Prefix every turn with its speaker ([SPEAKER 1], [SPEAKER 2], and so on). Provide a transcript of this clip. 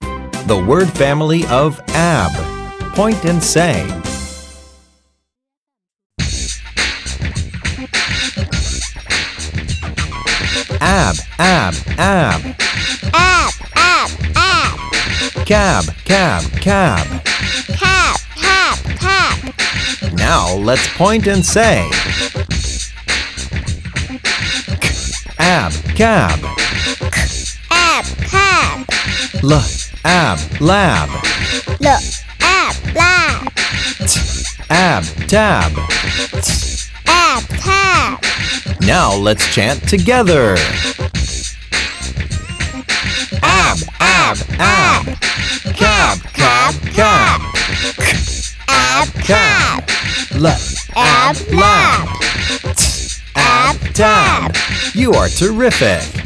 [SPEAKER 1] the word family of ab. Point and say. Ab, ab, ab.
[SPEAKER 2] Ab, ab, ab.
[SPEAKER 1] Cab, cab, cab.
[SPEAKER 2] Cap, cap, cap.
[SPEAKER 1] Now let's point and say. Ab, cab.
[SPEAKER 2] Ab, cap.
[SPEAKER 1] L, ab, lab.
[SPEAKER 2] Look, ab, lab.
[SPEAKER 1] Ab, tab.
[SPEAKER 2] Ab, tab.
[SPEAKER 1] Now let's chant together. Ab, ab, ab. Cab, cab, cab.
[SPEAKER 2] Ab,
[SPEAKER 1] Cab.
[SPEAKER 2] cap.
[SPEAKER 1] L, ab,
[SPEAKER 2] Ab,
[SPEAKER 1] lab.
[SPEAKER 2] lab.
[SPEAKER 1] Ab, tab. You are terrific.